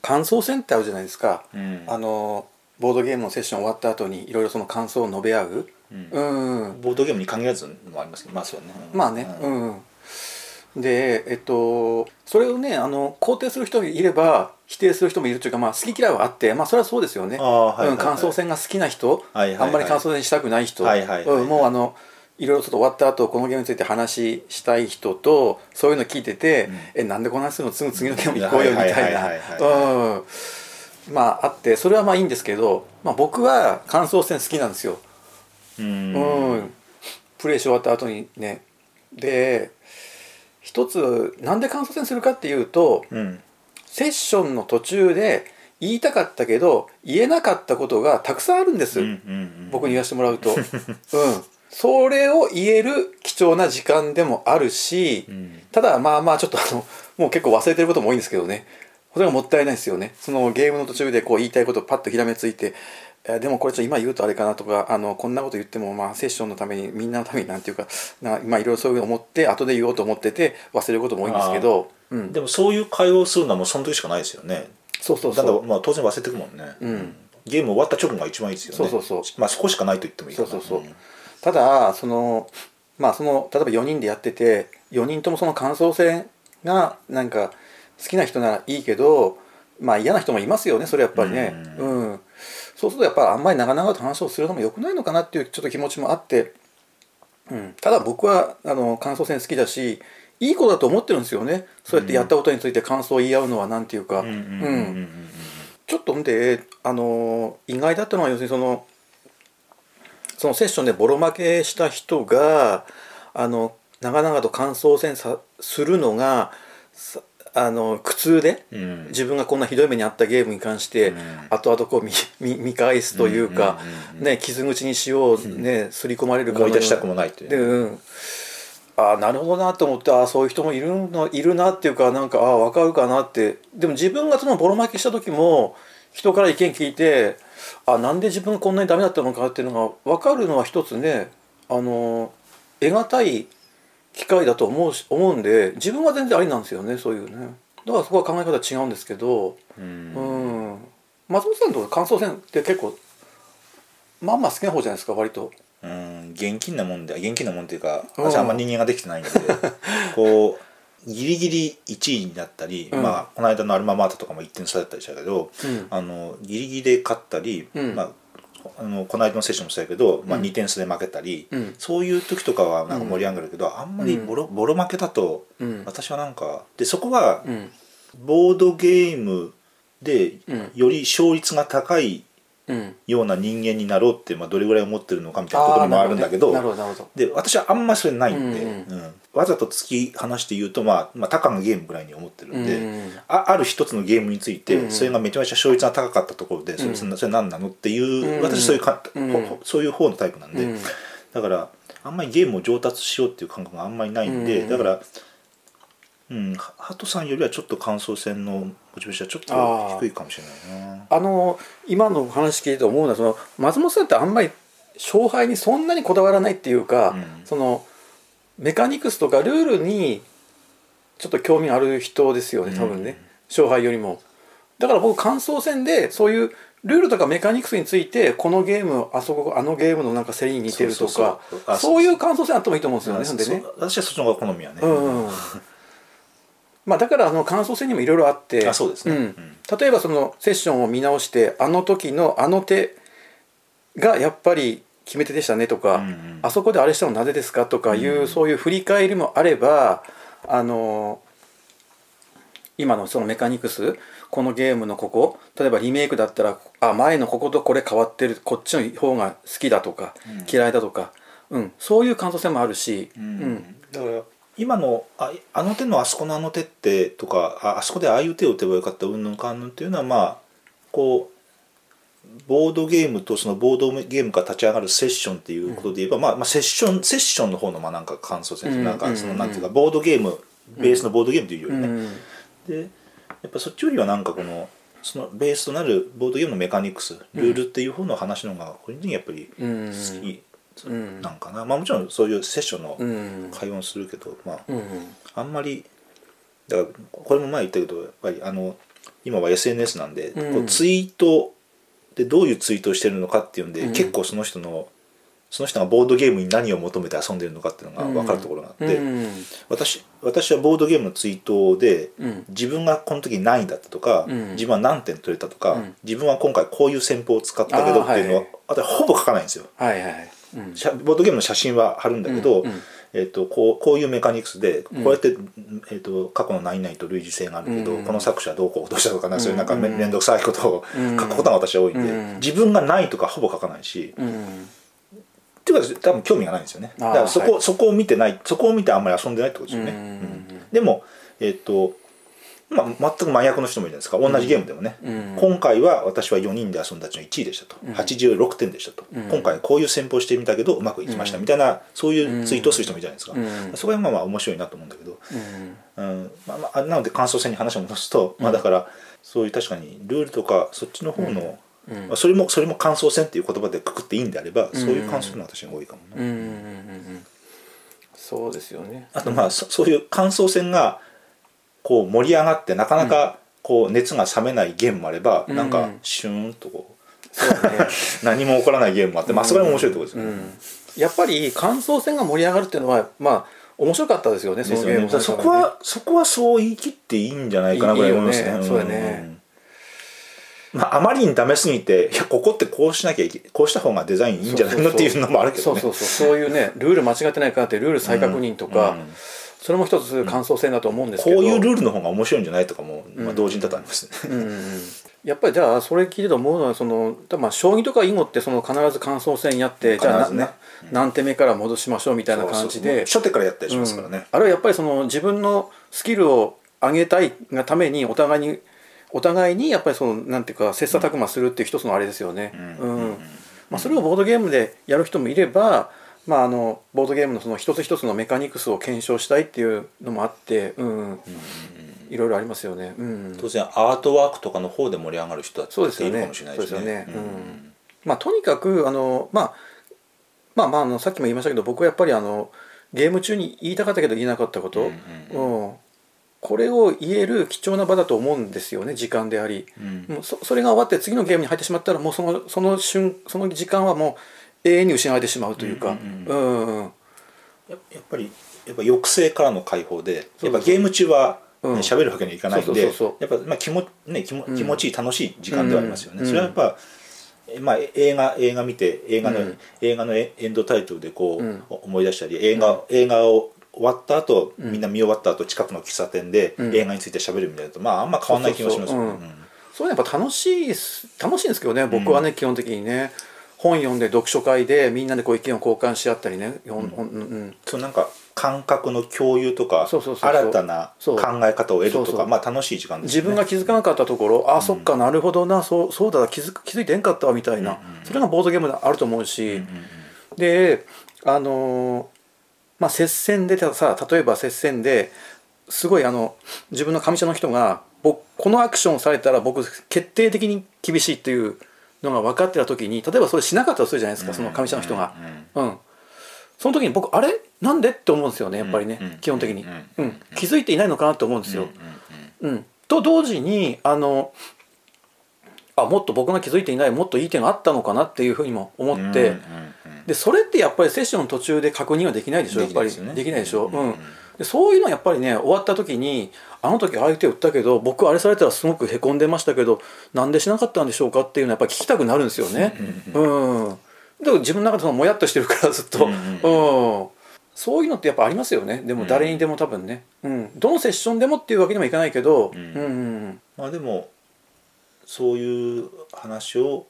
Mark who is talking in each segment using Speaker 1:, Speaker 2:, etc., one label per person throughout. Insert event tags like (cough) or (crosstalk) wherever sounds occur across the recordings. Speaker 1: 感想戦ってあるじゃないですか、
Speaker 2: うん
Speaker 1: あのボードゲームのセッション終わった後にいろいろその感想を述べ合う
Speaker 2: うん
Speaker 1: うん、
Speaker 2: ボードゲームに限らずもありますけどまあそうね、うん
Speaker 1: まあね
Speaker 2: う
Speaker 1: うんん、でえっとそれをねあの肯定する人もいれば否定する人もいるというか、まあ、好き嫌いはあってまあそれはそうですよね
Speaker 2: ああはいはいはい
Speaker 1: うん感想戦が好きな人、
Speaker 2: はいはいはい
Speaker 1: あんまり感想戦したくない人、
Speaker 2: はいはいはい
Speaker 1: うんもうあのいろいろちょっと終わった後このゲームについて話したい人とそういうの聞いてて、えなんでこの話するのすぐ次のゲーム行こうよみたい
Speaker 2: は
Speaker 1: ない
Speaker 2: はいはいは
Speaker 1: うんまああってそれはまあいいんですけど、まあ、僕は感想戦好きなんですよ。
Speaker 2: うん
Speaker 1: うん、プレーし終わった後にねで一つなんで感想戦するかっていうと
Speaker 2: うん
Speaker 1: セッションの途中で言いたかったけど言えなかったことがたくさんあるんです、
Speaker 2: うんうん
Speaker 1: 僕に言わせてもらうと、うん、 (laughs) それを言える貴重な時間でもあるし、
Speaker 2: うん
Speaker 1: ただまあまあちょっとあのもう結構忘れてることも多いんですけどねそれがもったいないですよねそのゲームの途中でこう言いたいことをパッとひらめついてえーでもこれちょっと今言うとあれかなとかあのこんなこと言ってもまあセッションのためにみんなのためになんていうかなまあいろいろそういうの思って後で言おうと思ってて忘れることも多いんですけど、うん、
Speaker 2: でもそういう会話をするのはもうその時しかないですよね
Speaker 1: そうそうそ
Speaker 2: だんだ
Speaker 1: うん
Speaker 2: まあ当然忘れてくもんね、
Speaker 1: ん
Speaker 2: ゲーム終わった直後が一番いいですよね
Speaker 1: そうそうそう
Speaker 2: まあそこしかないと言ってもいいか
Speaker 1: そ
Speaker 2: な
Speaker 1: うそうそう、ただそのまあその例えば4人でやってて4人ともその感想戦がなんか好きな人ならいいけどまあ嫌な人もいますよねそれやっぱりね
Speaker 2: う
Speaker 1: うん、そうするとやっぱあんまり長々と話をするのも良くないのかなっていうちょっと気持ちもあって、うん、ただ僕はあの感想戦好きだしいいことだと思ってるんですよねそうやってやったことについて感想を言い合うのはなんていうか
Speaker 2: うんうんう
Speaker 1: うん
Speaker 2: うん
Speaker 1: んちょっとんで、あのー意外だったのは要するにそのそのセッションでボロ負けした人があの長々と感想戦さするのがさあの苦痛で、
Speaker 2: うんうん
Speaker 1: 自分がこんなひどい目にあったゲームに関して、
Speaker 2: うん
Speaker 1: 後々こう見 (laughs) 見見返すというか、
Speaker 2: うんうんうんうん
Speaker 1: ね、傷口に塩を、ね刷り込まれるかの
Speaker 2: 思
Speaker 1: ような
Speaker 2: い出したくもないっていう
Speaker 1: でうんああなるほどなと思ってああそういう人もいるのいるなっていうかなんかああ分かるかなってでも自分がそのボロ負けした時も人から意見聞いてあなんで自分こんなにダメだったのかっていうのが分かるのは一つねあの得難い機会だと思うし思うんで自分は全然ありなんですよねそういうねだからそこは考え方違うんですけど
Speaker 2: うん
Speaker 1: うん松本さんとか感想戦って結構まあまあ好きな方じゃないですか割と
Speaker 2: うん現金なもんで現金なもんっていうか
Speaker 1: うん
Speaker 2: 私あんま人間ができてないんで
Speaker 1: (laughs)
Speaker 2: こうギリギリ1位になったり、
Speaker 1: うん
Speaker 2: まあ、この間のアルママータとかも1点差だったりしたけど、
Speaker 1: うん
Speaker 2: あのギリギリで勝ったり、
Speaker 1: うん
Speaker 2: まああのこの間のセッションもそうやけど、まあ、2点数で負けたり、
Speaker 1: うん
Speaker 2: そういう時とかはなんか盛り上がるけど、あんまりボロ,、ボロ負けだと
Speaker 1: うん
Speaker 2: 私はなんかでそこは
Speaker 1: うん
Speaker 2: ボードゲームで
Speaker 1: うん
Speaker 2: より勝率が高い
Speaker 1: うん
Speaker 2: ような人間になろうって、まあ、どれぐらい思ってるのかみたいなところもあるんだけど
Speaker 1: なるほどなるほど
Speaker 2: で私はあんまりそれないんで、
Speaker 1: う
Speaker 2: うんんわざと突き放して言うと、まあ、まあたかがゲームぐらいに思ってるんで、
Speaker 1: うん
Speaker 2: あある一つのゲームについて、
Speaker 1: うん
Speaker 2: それがめちゃめちゃ勝率が高かったところで、そ
Speaker 1: うん
Speaker 2: れそれそれ何なのっていう、
Speaker 1: うん
Speaker 2: 私そういうか、
Speaker 1: うん
Speaker 2: ほほそういう方のタイプなんで、
Speaker 1: うん
Speaker 2: だからあんまりゲームを上達しようっていう感覚があんまりないんで、
Speaker 1: うん
Speaker 2: だから。うん、はハトさんよりはちょっと感想戦のモチベーションはちょっ
Speaker 1: あー
Speaker 2: と低いかもしれないな。
Speaker 1: あの今のお話聞いて思うのはその松本さんってあんまり勝敗にそんなにこだわらないっていうか、
Speaker 2: うん
Speaker 1: そのメカニクスとかルールにちょっと興味ある人ですよね多分ね、勝敗よりもだから僕感想戦でそういうルールとかメカニクスについてこのゲームあそこあのゲームのなんか競りに似てるとか
Speaker 2: そ
Speaker 1: そう
Speaker 2: そうそうあ
Speaker 1: ういう感想戦あってもいいと思うんですよねほんで
Speaker 2: そ
Speaker 1: ね
Speaker 2: う私はそっちの方が好みはね。
Speaker 1: うん (laughs) まあ、だからあの感想戦にもいろいろあって
Speaker 2: あそうですね
Speaker 1: ん
Speaker 2: う
Speaker 1: 例えばそのセッションを見直してあの時のあの手がやっぱり決め手でしたねとか、
Speaker 2: うんうん
Speaker 1: あそこであれしたのなぜですかとかいう、
Speaker 2: うん
Speaker 1: そういう振り返りもあればあの今のそのメカニクスこのゲームのここ例えばリメイクだったらあ前のこことこれ変わってるこっちの方が好きだとか、
Speaker 2: うん
Speaker 1: 嫌いだとか、うん、そういう感想戦もあるし、
Speaker 2: う
Speaker 1: うん
Speaker 2: んだから今のああの手のあそこのあの手ってとかああそこでああいう手を打てばよかったうんぬんかんぬんっていうのはまあこうボードゲームとそのボードゲームから立ち上がるセッションっていうことで言えば、まあ、まあセッションセッションの方のまあなんか感想戦
Speaker 1: うん
Speaker 2: なんかその
Speaker 1: うん
Speaker 2: なんていうかボードゲームベースのボードゲームというより
Speaker 1: う
Speaker 2: ね、
Speaker 1: ん
Speaker 2: でやっぱそっちよりはなんかこのそのベースとなるボードゲームのメカニクスルールっていう方の話の方が個人的にやっぱり
Speaker 1: う
Speaker 2: 好
Speaker 1: ん
Speaker 2: き
Speaker 1: うん
Speaker 2: なんかな、まあもちろんそういうセッションの
Speaker 1: うん
Speaker 2: 会話をするけど、まあ
Speaker 1: うん
Speaker 2: あんまりだからこれも前言ったけどやっぱりあの今は SNS なんで、
Speaker 1: うん
Speaker 2: こうツイートでどういうツイートをしてるのかっていうんで、
Speaker 1: うん
Speaker 2: 結構その人のその人がボードゲームに何を求めて遊んでるのかっていうのが分かるところがあって、
Speaker 1: うん
Speaker 2: 私私はボードゲームのツイートで
Speaker 1: うん
Speaker 2: 自分がこの時何位だったとか、
Speaker 1: うん
Speaker 2: 自分は何点取れたとか、
Speaker 1: うん
Speaker 2: 自分は今回こういう戦法を使ったけどっていうのは
Speaker 1: あーはい
Speaker 2: 私ほぼ書かないんですよ。
Speaker 1: はいはい、うん
Speaker 2: 写ボードゲームの写真は貼るんだけど、
Speaker 1: うんうん
Speaker 2: えっとこうこういうメカニクスでこ
Speaker 1: うん
Speaker 2: うやって、えっと過去の何々と類似性があるけど、
Speaker 1: うん
Speaker 2: この作者はどうこうどうしたとかな、そういうなんか
Speaker 1: うん
Speaker 2: め面倒くさいことを
Speaker 1: うん
Speaker 2: 書くことが私は多いんで、
Speaker 1: うん
Speaker 2: 自分がないとかほぼ書かないし、
Speaker 1: うん
Speaker 2: っていうか多分興味がないんですよね
Speaker 1: あー
Speaker 2: だからそこ,、
Speaker 1: は
Speaker 2: そこを見てないそこを見てあんまり遊んでないってことですよね、
Speaker 1: うん
Speaker 2: でもえっ、とまあ、全く真逆の人もいるじゃないですか同じゲームでもね、
Speaker 1: うん
Speaker 2: 今回は私は4人で遊んだうちの1位でしたと、86点でしたと、
Speaker 1: うん
Speaker 2: 今回こういう戦法してみたけどうまくいきましたみたいな、そういうツイートをする人もいるじゃないですか、
Speaker 1: うん
Speaker 2: そこがまあまあ面白いなと思うんだけど、
Speaker 1: うん
Speaker 2: うんまあまあ、なので感想戦に話を戻すと、まあだからそういう確かにルールとかそっちの方の、
Speaker 1: うん
Speaker 2: まあ、それもそれも感想戦っていう言葉でくくっていいんであれば、そういう感想の方が私が多いかもな、
Speaker 1: うんうんうんうんそうですよね
Speaker 2: あとまあそそういう感想戦がこう盛り上がってなかなかこう熱が冷めないゲームもあれば、
Speaker 1: うん
Speaker 2: なんかシューンとこ
Speaker 1: そうだね
Speaker 2: う (laughs) 何も起こらないゲームもあって、まあ、それも面白いところですよね。
Speaker 1: うんやっぱり感想戦が盛り上がるっていうのはまあ面白かったですよねそ
Speaker 2: で
Speaker 1: の
Speaker 2: す
Speaker 1: ゲ
Speaker 2: よ
Speaker 1: ー
Speaker 2: ね
Speaker 1: ム
Speaker 2: だからそこはそこはそう言い切っていいんじゃないかなぐらい思いますね。
Speaker 1: いいよねそうだね
Speaker 2: んまあ、あまりにダメすぎていやここってこうしなきゃいけこうした方がデザインいいんじゃないのっていうのもあるけどね。
Speaker 1: そうそうそうそういうねルール間違ってないかなってルール再確認とか、
Speaker 2: うん
Speaker 1: それも一つ感想戦だと思うんですけど、
Speaker 2: こういうルールの方が面白いんじゃないとかも、まあ、同時に多々ありますね。
Speaker 1: うんうんやっぱりじゃあそれ聞いてて思うのはその多分まあ将棋とか囲碁ってその必ず感想戦やって、じゃあ
Speaker 2: 必ずね
Speaker 1: な何手目から戻しましょうみたいな感じで
Speaker 2: そうそう初手からやったりしますから
Speaker 1: うん
Speaker 2: ね。
Speaker 1: あるいはやっぱりその自分のスキルを上げたいがためにお互いにお互いにやっぱりそのなんていうか切磋琢磨するっていう一つのあれですよね。
Speaker 2: うん
Speaker 1: うんまあ、それをボードゲームでやる人もいれば、まあ、あのボードゲームのその一つ一つのメカニクスを検証したいっていうのもあって、うん、いろいろありますよね。うん、
Speaker 2: 当然アートワークとかの方で盛り上がる人だ
Speaker 1: そうで
Speaker 2: っ
Speaker 1: す
Speaker 2: て
Speaker 1: よ
Speaker 2: いるか
Speaker 1: ね。
Speaker 2: もしれない
Speaker 1: そう
Speaker 2: で
Speaker 1: ですすよ
Speaker 2: ね
Speaker 1: ね。うん。まあとにかくあのまあまあまああのさっきも言いましたけど僕はやっぱりあのゲーム中に言いたかったけど言えなかったこと、
Speaker 2: う
Speaker 1: うんこれを言える貴重な場だと思うんですよね時間であり。
Speaker 2: うんうん
Speaker 1: もうそそれが終わって次のゲームに入ってしまったらもうそのその瞬その時間はもう永遠に失われてしまうというか。
Speaker 2: うん
Speaker 1: うんうん
Speaker 2: ややっぱりやっぱ抑制からの解放で
Speaker 1: そうそう
Speaker 2: やっぱゲーム中はね
Speaker 1: うん
Speaker 2: 喋、るわけにはいかないん
Speaker 1: そうそ
Speaker 2: で
Speaker 1: うそう
Speaker 2: やっぱ、まあ、気もね気も
Speaker 1: うん
Speaker 2: 気持ちいい、楽しい時間ではありますよね、
Speaker 1: うん
Speaker 2: それはやっぱ、えまあ、え映画映画見て映画の、
Speaker 1: うん
Speaker 2: 映画のエエンドタイトルでこう、
Speaker 1: うん
Speaker 2: 思い出したり映画,、映画を終わった後、みんな見終わった後近くの喫茶店で
Speaker 1: うん
Speaker 2: 映画について喋るみたいなと、まああんま変わんない気がしますよ
Speaker 1: そうそうそううんそれやっぱ楽しいっす楽しいんですけどね僕はね、基本的にね本読んで読書会でみんなでこう意見を交換し合ったりね、ほんほんうんうん、
Speaker 2: そうなんか感覚の共有とか
Speaker 1: そうそうそうそう
Speaker 2: 新たな
Speaker 1: そ
Speaker 2: 考
Speaker 1: う
Speaker 2: え方を得るとか
Speaker 1: そうそう
Speaker 2: まあ楽しい時間です
Speaker 1: 自
Speaker 2: よね
Speaker 1: 分が気づかなかったところ、あそっかなるほどなそうそうだ気づく気づいてへんかったわみたいな、それがボードゲームであると思うし、であのーまあ接戦でたさ例えば接戦ですごいあの自分の上社の人が僕このアクションされたら僕決定的に厳しいっていうのが分かってた時に例えばそれしなかったとするじゃないですかその上社の人が。
Speaker 2: うんうんうん
Speaker 1: うん、その時に僕あれなんでって思うんですよねやっぱりね、
Speaker 2: うんうん
Speaker 1: 基本的に、
Speaker 2: う
Speaker 1: うんん気づいていないのかなと思うんですよ。うんと同時にあのあもっと僕が気づいていないもっといい点があったのかなっていうふうにも思って、
Speaker 2: うんうんうん
Speaker 1: でそれってやっぱりセッションの途中で確認はできないでしょやっぱり
Speaker 2: できないですよね
Speaker 1: できないでしょ、
Speaker 2: う
Speaker 1: うんん
Speaker 2: うんうん
Speaker 1: でそういうのはやっぱりね終わった時にあの時ああいう手を打ったけど僕あれされたらすごくへこんでましたけどなんでしなかったんでしょうかっていうのはやっぱり聞きたくなるんですよねうん、でも自分の中でそのもやっとしてるからずっと
Speaker 2: う
Speaker 1: うんん、そういうのってやっぱありますよねで
Speaker 2: う
Speaker 1: も
Speaker 2: ん
Speaker 1: 誰にでも多分ね、うん、どのセッションでもっていうわけにもいかないけど、
Speaker 2: う
Speaker 1: うんんうん
Speaker 2: まあでもそういう話を好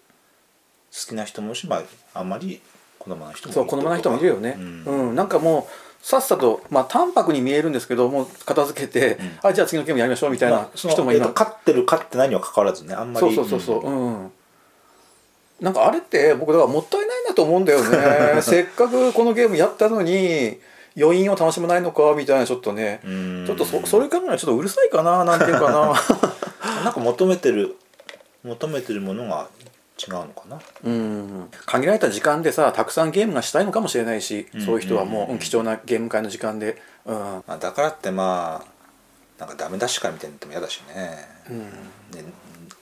Speaker 2: きな人もいるしまああんまり好まない人も
Speaker 1: そう好まない人もいるよね、
Speaker 2: う
Speaker 1: うんんなんかもうさっさと、まあ、淡白に見えるんですけどもう片付けて、あじゃあ次のゲームやりましょうみたいな
Speaker 2: まあその
Speaker 1: 人も
Speaker 2: え
Speaker 1: い
Speaker 2: っと
Speaker 1: る
Speaker 2: 勝ってる勝ってないには関わらずねあんま
Speaker 1: そ
Speaker 2: り
Speaker 1: うそうそうそううんん、なんかあれって僕だからもったいないなと思うんだよね
Speaker 2: (laughs)
Speaker 1: せっかくこのゲームやったのに余韻を楽しめないのかみたいなちょっとね、
Speaker 2: うん
Speaker 1: ちょっとそそれ考えるのはちょっとうるさいかななんていうか
Speaker 2: (laughs)
Speaker 1: な
Speaker 2: なんか求めてる求めてるものが違うのかな
Speaker 1: うん限られた時間でさたくさんゲームがしたいのかもしれないし、そういう人はもう、うん貴重なゲーム会の時間で、うん、
Speaker 2: まあ、だからってまあなんかダメ出し会みたいになっても嫌だしね、
Speaker 1: うん
Speaker 2: で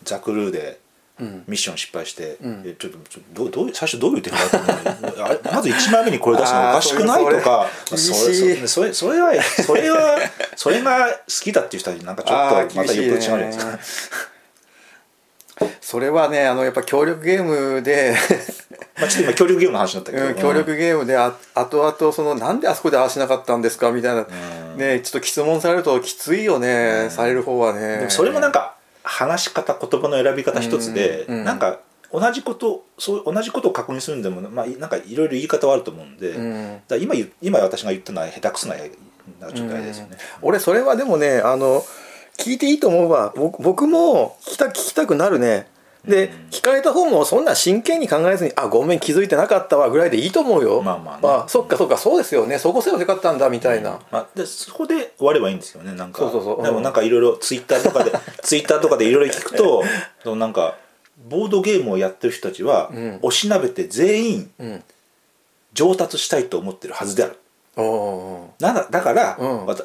Speaker 2: ザクルーで
Speaker 1: うん
Speaker 2: ミッション失敗して、
Speaker 1: うん
Speaker 2: えちょっとちょどうどう最初どういう点だったの (laughs) あれまず1枚目にこれ出すのおかしくない
Speaker 1: あーそれ
Speaker 2: とか
Speaker 1: それ
Speaker 2: そ
Speaker 1: 厳し
Speaker 2: れそれそれそれはそれはそれが好きだっていう人はなんかちょっと
Speaker 1: あ
Speaker 2: ま
Speaker 1: ー
Speaker 2: た
Speaker 1: 厳
Speaker 2: 横
Speaker 1: しい
Speaker 2: 違
Speaker 1: ね
Speaker 2: うじゃないですか
Speaker 1: それはねあのやっぱ協力ゲーム
Speaker 2: (laughs)
Speaker 1: で、
Speaker 2: まあちょっと今協力ゲームの話になったけど、
Speaker 1: うん、協力ゲームであ後々そのなんであそこでああしなかったんですかみたいな、
Speaker 2: うん
Speaker 1: ねちょっと質問されるときついよね、される方は
Speaker 2: で
Speaker 1: ね
Speaker 2: もそれもなん
Speaker 1: か
Speaker 2: か話し方言葉の選び方一つで、
Speaker 1: うんうん
Speaker 2: なんか同じことそう同じことを確認するんでも、まあ、なんかいろいろ言い方はあると思うんで、
Speaker 1: う
Speaker 2: だか
Speaker 1: ん
Speaker 2: ら今言う今私が言ったのは下手くそななんかちょっとあれですよね、
Speaker 1: 俺それはでもねあの聞いていいと思うわ僕僕も聞きた聞きたくなるねで、
Speaker 2: うん
Speaker 1: 聞かれた方もそんな真剣に考えずに「あごめん気づいてなかったわ」ぐらいでいいと思うよ
Speaker 2: まあまあね
Speaker 1: そっかそっかそうですよねそこせばよかったんだみたいな、
Speaker 2: まあ、でそこで終わればいいんですよねなんか
Speaker 1: そうそうそう
Speaker 2: でもなんかいろいろツイッターと
Speaker 1: (laughs)
Speaker 2: かでツイッターとかでいろいろ聞くとそのなんかボードゲームをやってる人たちは、
Speaker 1: うん
Speaker 2: おしなべて全員
Speaker 1: うん
Speaker 2: 上達したいと思ってるはずである
Speaker 1: おお
Speaker 2: なだだから、
Speaker 1: うん
Speaker 2: わた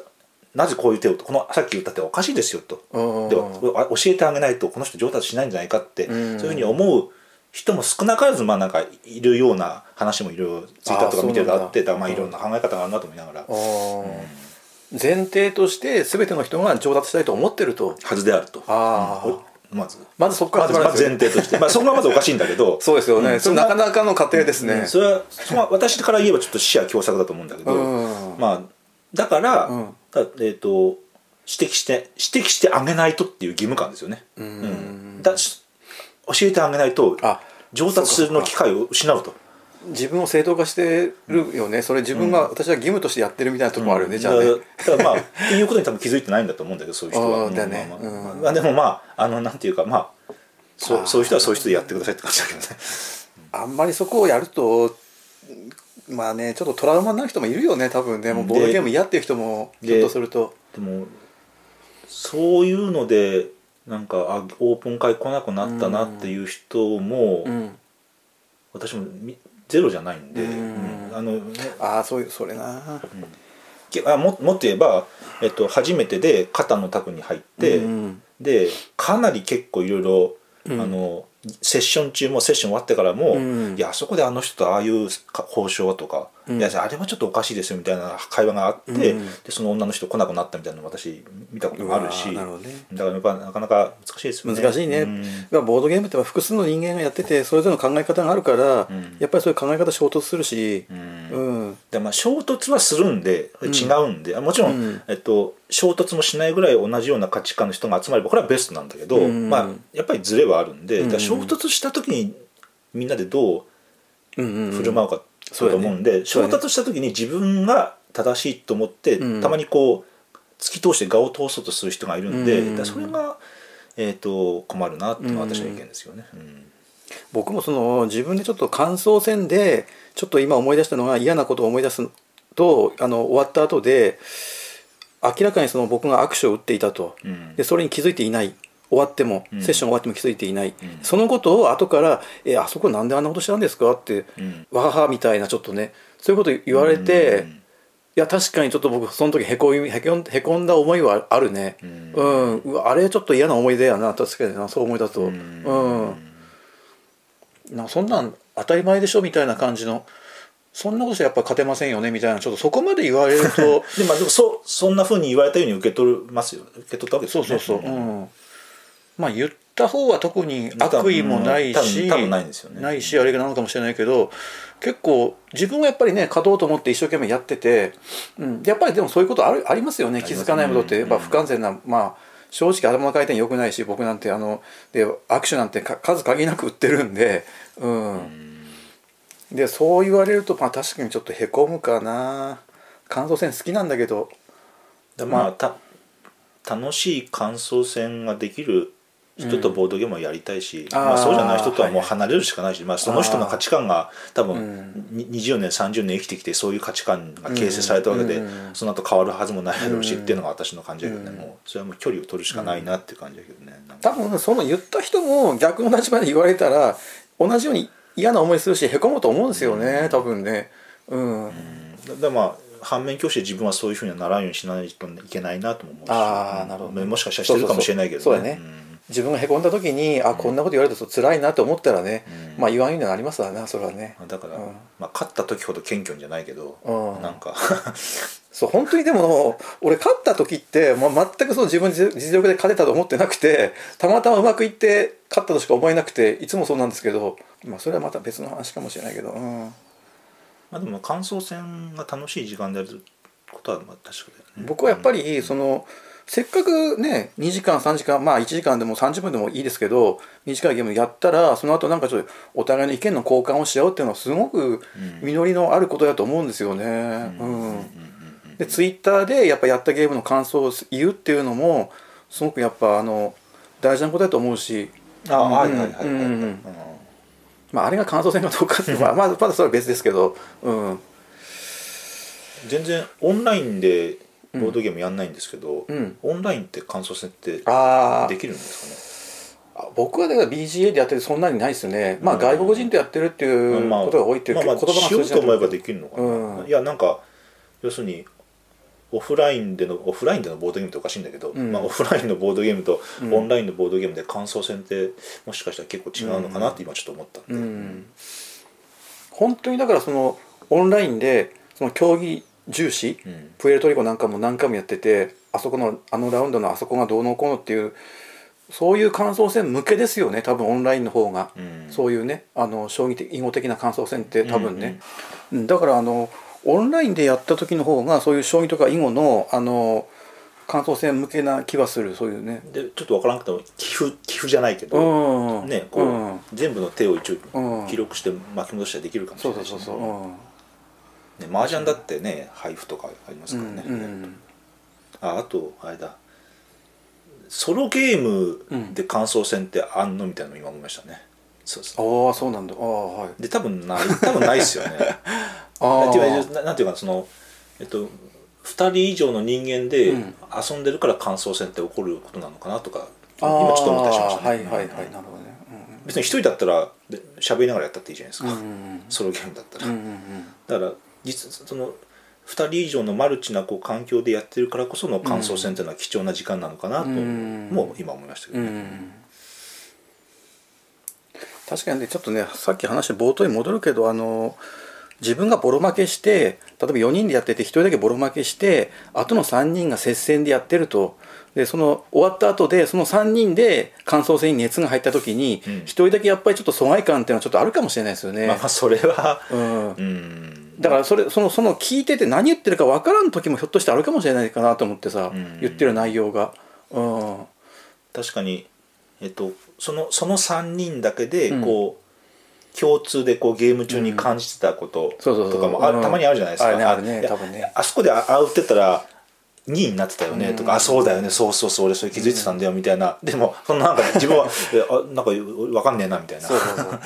Speaker 2: なぜこういう手をとこのさっき言った手はおかしいですよと、
Speaker 1: うん
Speaker 2: でもあ教えてあげないとこの人上達しないんじゃないかって、
Speaker 1: うん
Speaker 2: そういうふうに思う人も少なからずまあなんかいるような話もいろいろツイッター
Speaker 1: あ
Speaker 2: と
Speaker 1: ー
Speaker 2: か見てると
Speaker 1: そうなんだ
Speaker 2: あってだからまあいろんな考え方があるなと思いながら、
Speaker 1: 前提として全ての人が上達したいと思ってると
Speaker 2: はずであると、
Speaker 1: あー
Speaker 2: うんまず
Speaker 1: まずそこから
Speaker 2: ま
Speaker 1: 始
Speaker 2: ず
Speaker 1: ま
Speaker 2: ま
Speaker 1: るんで
Speaker 2: ず
Speaker 1: すよ
Speaker 2: 前提として、まあ、そこがまずおかしいんだけ
Speaker 1: (laughs)
Speaker 2: ど
Speaker 1: そうですよね、
Speaker 2: うん
Speaker 1: それなかなかの過程ですね、
Speaker 2: うんそれはそこは私から言えばちょっと視野狭窄だと思うんだけど、
Speaker 1: うん
Speaker 2: まあだから、
Speaker 1: うん
Speaker 2: だえっ、と指摘して指摘してあげないとっていう義務感ですよね、
Speaker 1: う
Speaker 2: うんだし教えてあげないと
Speaker 1: あ
Speaker 2: 上達するの機会を失うと
Speaker 1: 自分を正当化してるよねそれ自分が、私は義務としてやってるみたいなとこあるよね、じゃあね、
Speaker 2: だからまあっていうことに多分気づいてないんだと思うんだけどそういう人
Speaker 1: あ
Speaker 2: は
Speaker 1: ーだね
Speaker 2: まあまあまあ
Speaker 1: (laughs) うん
Speaker 2: まあでもまああのなんていうかまあそ
Speaker 1: あー
Speaker 2: うそういう人はそういう人でやってくださいって感じだけどね
Speaker 1: あんまりそこをやるとまあねちょっとトラウマになる人もいるよね多分ねもう
Speaker 2: で
Speaker 1: ボードゲーム嫌っていう人もひょ
Speaker 2: で
Speaker 1: っとすると
Speaker 2: でもそういうのでなんかあオープン会来なくなったなっていう人も、
Speaker 1: うん
Speaker 2: 私もみゼロじゃないんで、
Speaker 1: うん
Speaker 2: うんあの
Speaker 1: ああそういうそれな
Speaker 2: けあももっと言えば、えっと、初めてで肩のタクに入って、
Speaker 1: うん
Speaker 2: でかなり結構いろいろ
Speaker 1: うん
Speaker 2: あのセッション中もセッション終わってからも、
Speaker 1: うん
Speaker 2: いやあそこであの人とああいうか交渉はとか、
Speaker 1: うん
Speaker 2: いやあれはちょっとおかしいですよみたいな会話があって、で
Speaker 1: うん
Speaker 2: その女の人来なくなったみたいなのも私見たこともあるし
Speaker 1: うわーなるほどね
Speaker 2: だからやっぱなかなか難しいですよね。
Speaker 1: 難しいね、
Speaker 2: うん
Speaker 1: まあボードゲームってのは複数の人間がやっててそれぞれの考え方があるから、
Speaker 2: ん
Speaker 1: やっぱりそういう考え方衝突するし
Speaker 2: うん
Speaker 1: うん、
Speaker 2: でまあ衝突はするんで違うんで、あもちろん、
Speaker 1: うん
Speaker 2: えっと、衝突もしないぐらい同じような価値観の人が集まればこれはベストなんだけど、
Speaker 1: うん
Speaker 2: まあ、やっぱりズレはあるんで、
Speaker 1: うん
Speaker 2: だから衝突した時にみんなでど
Speaker 1: うんうん
Speaker 2: う
Speaker 1: うん
Speaker 2: 振る舞うか
Speaker 1: そう
Speaker 2: と
Speaker 1: だね
Speaker 2: 思うんで、
Speaker 1: そうだ
Speaker 2: 衝
Speaker 1: ね
Speaker 2: 突した時に自分が正しいと思って、
Speaker 1: うん
Speaker 2: たまにこう突き通して顔を通そうとする人がいるんで、
Speaker 1: うん
Speaker 2: だからそれが、えっと困るなっていうのが私の意見ですよね。うん
Speaker 1: 僕もその自分でちょっと感想戦でちょっと今思い出したのが嫌なことを思い出すとあの終わった後で明らかにその僕が握手を打っていたと、
Speaker 2: うん
Speaker 1: でそれに気づいていない終わっても、
Speaker 2: うん
Speaker 1: セッション終わっても気づいていない、
Speaker 2: ん
Speaker 1: そのことを後から「えあそこなんであんなことしたんですか?」って、
Speaker 2: うん
Speaker 1: わははみたいなちょっとねそういうこと言われて、
Speaker 2: うん
Speaker 1: いや確かにちょっと僕その時へこみへこんへこんだ思いはあるねう
Speaker 2: うん
Speaker 1: ん、うわあれちょっと嫌な思い出やな確かになそう思い出すと
Speaker 2: うん
Speaker 1: うんなそんなん当たり前でしょみたいな感じのそんなことじゃやっぱ勝てませんよねみたいなちょっとそこまで言われると
Speaker 2: でまあ、でもそそんなふうに言われたように受け取りますよ受け取ったわけです
Speaker 1: そ
Speaker 2: よ
Speaker 1: う
Speaker 2: ね
Speaker 1: そうそう、うんん、まあ言った方は特に悪意もないし
Speaker 2: 多分多分ないんですよね
Speaker 1: ないしあれなのかもしれないけど結構自分はやっぱりね勝とうと思って一生懸命やってて、うん、やっぱりでもそういうことあるありますよね気づかないことってやっぱ不完全な、まあ正直頭の回転良くないし僕なんてあので握手なんてか数限りなく売ってるんでうんでそう言われるとまあ確かにちょっとへこむかな感想戦好きなんだけど
Speaker 2: だからまあた楽しい感想戦ができる人とボードゲームをやりたいし、
Speaker 1: あー
Speaker 2: まあ、そうじゃない人とはもう離れるしかないし、まあ、その人の価値観が多分に20年30年生きてきてそういう価値観が形成されたわけで、
Speaker 1: う
Speaker 2: その後変わるはずもないだろうしっていうのが私の感じだけどね、もうそれはもう距離を取るしかないなっていう感じだけどね。なんか
Speaker 1: 多分その言った人も逆の立場で言われたら同じように嫌な思いするしへこむと思うんですよね多分ねうん、
Speaker 2: だだからまあ反面教師で自分はそういうふうにはならんようにしないといけないなとも思うし
Speaker 1: あーなるほどね
Speaker 2: もしかしたらしてるかもしれないけど
Speaker 1: そうそうそうそうだね自分がへこんだ時にあこんなこと言われたと辛いなと思ったらね、
Speaker 2: うん
Speaker 1: まあ言わんようになりますわなそれはね
Speaker 2: うんだから、
Speaker 1: うん
Speaker 2: まあ、勝った時ほど謙虚じゃないけど、
Speaker 1: うん
Speaker 2: なんか (laughs)
Speaker 1: そう本当にでも俺勝った時って、まあ、全くその自分の実力で勝てたと思ってなくてたまたまうまくいって勝ったとしか思えなくていつもそうなんですけど、まあ、それはまた別の話かもしれないけど、うん
Speaker 2: まあでも感想戦が楽しい時間であることはまあ確かだよね
Speaker 1: 僕はやっぱりそのせっかくね2時間3時間まあ1時間でも30分でもいいですけど短いゲームやったらその後なんかちょっとお互いの意見の交換をし合うっていうのはすごく
Speaker 2: うん
Speaker 1: 実りのあることだと思うんですよね。うんでツイッターでやっぱやったゲームの感想を言うっていうのもすごくやっぱあの大事なことだと思うし、
Speaker 2: あはいはいはいはい、
Speaker 1: うんうんうん
Speaker 2: うん
Speaker 1: まあ、あれが感想戦かどうかっていうのはまあまだそれは別ですけど、うん
Speaker 2: 全然オンラインでボードゲームやんないんですけど、
Speaker 1: うん、
Speaker 2: オンラインって感想戦ってで
Speaker 1: あー
Speaker 2: きるんです
Speaker 1: あ僕はだから BGA でやってるそんなにないですね、まあ、
Speaker 2: うん
Speaker 1: 外国人とやってるって
Speaker 2: かね、
Speaker 1: いう
Speaker 2: まあ
Speaker 1: ことが多いっていう
Speaker 2: まあまあ
Speaker 1: 言葉が
Speaker 2: しようと思えば
Speaker 1: で
Speaker 2: できるのかな、
Speaker 1: うん
Speaker 2: いやなんか要するにオフラインでのオフラインでのボードゲームっておかしいんだけど、
Speaker 1: うん
Speaker 2: まあ、オフラインのボードゲームと
Speaker 1: うん
Speaker 2: オンラインのボードゲームで感想戦ってもしかしたら結構違うのかなって今ちょっと思ったんで、
Speaker 1: うん、本当にだからそのオンラインでその競技重視、
Speaker 2: うん
Speaker 1: プエルトリコなんかも何回もやっててあそこのあのラウンドのあそこがどうのこうのっていうそういう感想戦向けですよね多分オンラインの方が、
Speaker 2: うん
Speaker 1: そういうねあの将棋的囲碁的な感想戦って多分ね、うんだからあのオンラインでやった時の方がそういう将棋とか囲碁のあの感想戦向けな気はするそういうね。
Speaker 2: でちょっとわからなくても寄付寄付じゃないけ
Speaker 1: う
Speaker 2: ど、
Speaker 1: ん、
Speaker 2: ねこう、
Speaker 1: うん
Speaker 2: 全部の手を一
Speaker 1: うん
Speaker 2: 応記録して巻き戻したりできるかもし
Speaker 1: そ
Speaker 2: れ
Speaker 1: う
Speaker 2: な
Speaker 1: そう
Speaker 2: いし、
Speaker 1: そうそう、うん
Speaker 2: ね、麻雀だってね配布とかありますからね、
Speaker 1: うん
Speaker 2: ああとあれだソロゲームで感想戦ってあんのみたいなの今思いましたね、そうそう
Speaker 1: うん、ああそうなんだああはい
Speaker 2: で多
Speaker 1: (laughs)
Speaker 2: 分ない多分ないっすよね
Speaker 1: あ
Speaker 2: っていう
Speaker 1: ー
Speaker 2: かななんていうかそのえっと2人以上の人間で
Speaker 1: うん
Speaker 2: 遊んでるから感想戦って起こることなのかなとか、
Speaker 1: あ
Speaker 2: 今ちょっと思ったりしました
Speaker 1: ーはいはいはい
Speaker 2: うん
Speaker 1: なるほどね
Speaker 2: 別に一人だったらで喋りながらやったっていいじゃないです
Speaker 1: うん
Speaker 2: か、
Speaker 1: うんうん
Speaker 2: ソロゲームだったら、
Speaker 1: うんうん
Speaker 2: だから実その2人以上のマルチなこう環境でやってるからこその感想戦っていうのは貴重な時間なのかなと、
Speaker 1: うん
Speaker 2: もう今思いましたけ
Speaker 1: う
Speaker 2: ど、
Speaker 1: んうん確かにねちょっとねさっき話して冒頭に戻るけどあの自分がボロ負けして例えば4人でやってて1人だけボロ負けしてあとの3人が接戦でやってるとでその終わった後でその3人で感想戦に熱が入った時に
Speaker 2: うん
Speaker 1: 1人だけやっぱりちょっと疎外感っていうのはちょっとあるかもしれないですよね。
Speaker 2: まあまあそれは
Speaker 1: うん
Speaker 2: うん
Speaker 1: だからそれそのその聞いてて何言ってるか分からん時もひょっとしてあるかもしれないかなと思ってさ、
Speaker 2: うん
Speaker 1: 言ってる内容が。うん
Speaker 2: 確かに、えっと、そのその3人だけで
Speaker 1: うん
Speaker 2: こう、共通でこうゲーム中に感じてたこと
Speaker 1: そうそうそう
Speaker 2: とかもあ
Speaker 1: うん
Speaker 2: たまにあるじゃないですか、
Speaker 1: あるねあるね
Speaker 2: いや
Speaker 1: 多分ね
Speaker 2: あそこでああ打ってたら2位になってたよねとか、あそうだよねそうそうそう俺それ気づいてたんだよみたいな、でもそのなんか
Speaker 1: (laughs)
Speaker 2: 自分はえあなんか分かんねえなみたいな
Speaker 1: そうそうそう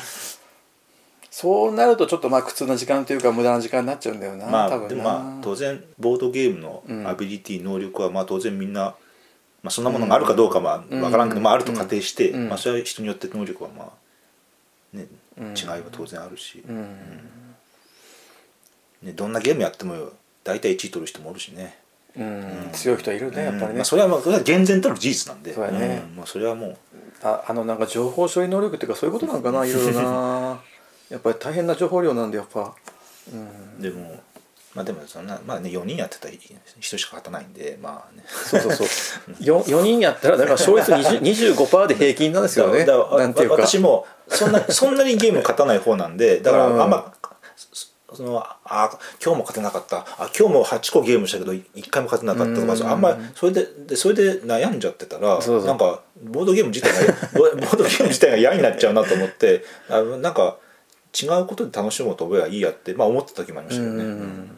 Speaker 1: そうなるとちょっとまあ苦痛な時間というか無駄な時間になっちゃうんだよな、
Speaker 2: ま
Speaker 1: 多
Speaker 2: あ
Speaker 1: 分
Speaker 2: でも
Speaker 1: な
Speaker 2: まあ当然ボードゲームの
Speaker 1: ん
Speaker 2: アビリティ能力はまあ当然みんな、まあ、そんなものがあるかどうかまあわからんけど、
Speaker 1: うん
Speaker 2: まあ、あると仮定して、
Speaker 1: うん
Speaker 2: まあ、それは人によって能力はまあ、ね、
Speaker 1: ん
Speaker 2: 違いは当然あるし、
Speaker 1: うん、
Speaker 2: ね、どんなゲームやっても大体1位取る人もおるしね
Speaker 1: うん強い人いるねやっぱり
Speaker 2: うん
Speaker 1: ね、
Speaker 2: まあ、それはまあそれは厳然たる事実なんで
Speaker 1: そうやね
Speaker 2: んまあ、それはもう
Speaker 1: ああのなんか情報処理能力っていうかそういうことなんかないろいろ
Speaker 2: (laughs)
Speaker 1: なやっぱり大変な情報量なんでやっぱ、うん、
Speaker 2: でもまあでもそんなまあね4人やってたら人しか勝たないんでまあね
Speaker 1: そうそうそう 4, (laughs) 四人やったらだから勝率20 25%で平均なんですよね
Speaker 2: だから
Speaker 1: なんていう
Speaker 2: わ
Speaker 1: か
Speaker 2: 私も
Speaker 1: (laughs)
Speaker 2: そんなそんなにゲーム勝たない方なんでだか
Speaker 1: うん
Speaker 2: らあんま、そそのあ今日も勝てなかったあ今日も8個ゲームしたけど1回も勝てなかったとか、
Speaker 1: うん
Speaker 2: あんまりそれででそれで悩んじゃってたら
Speaker 1: そうそう
Speaker 2: なんかボードゲーム自体がボボードゲーム自体が嫌になっちゃうなと思ってあのなんか違うことで楽しもうと思えばいいやって、まあ、思ってた時もありましたけどね。
Speaker 1: うん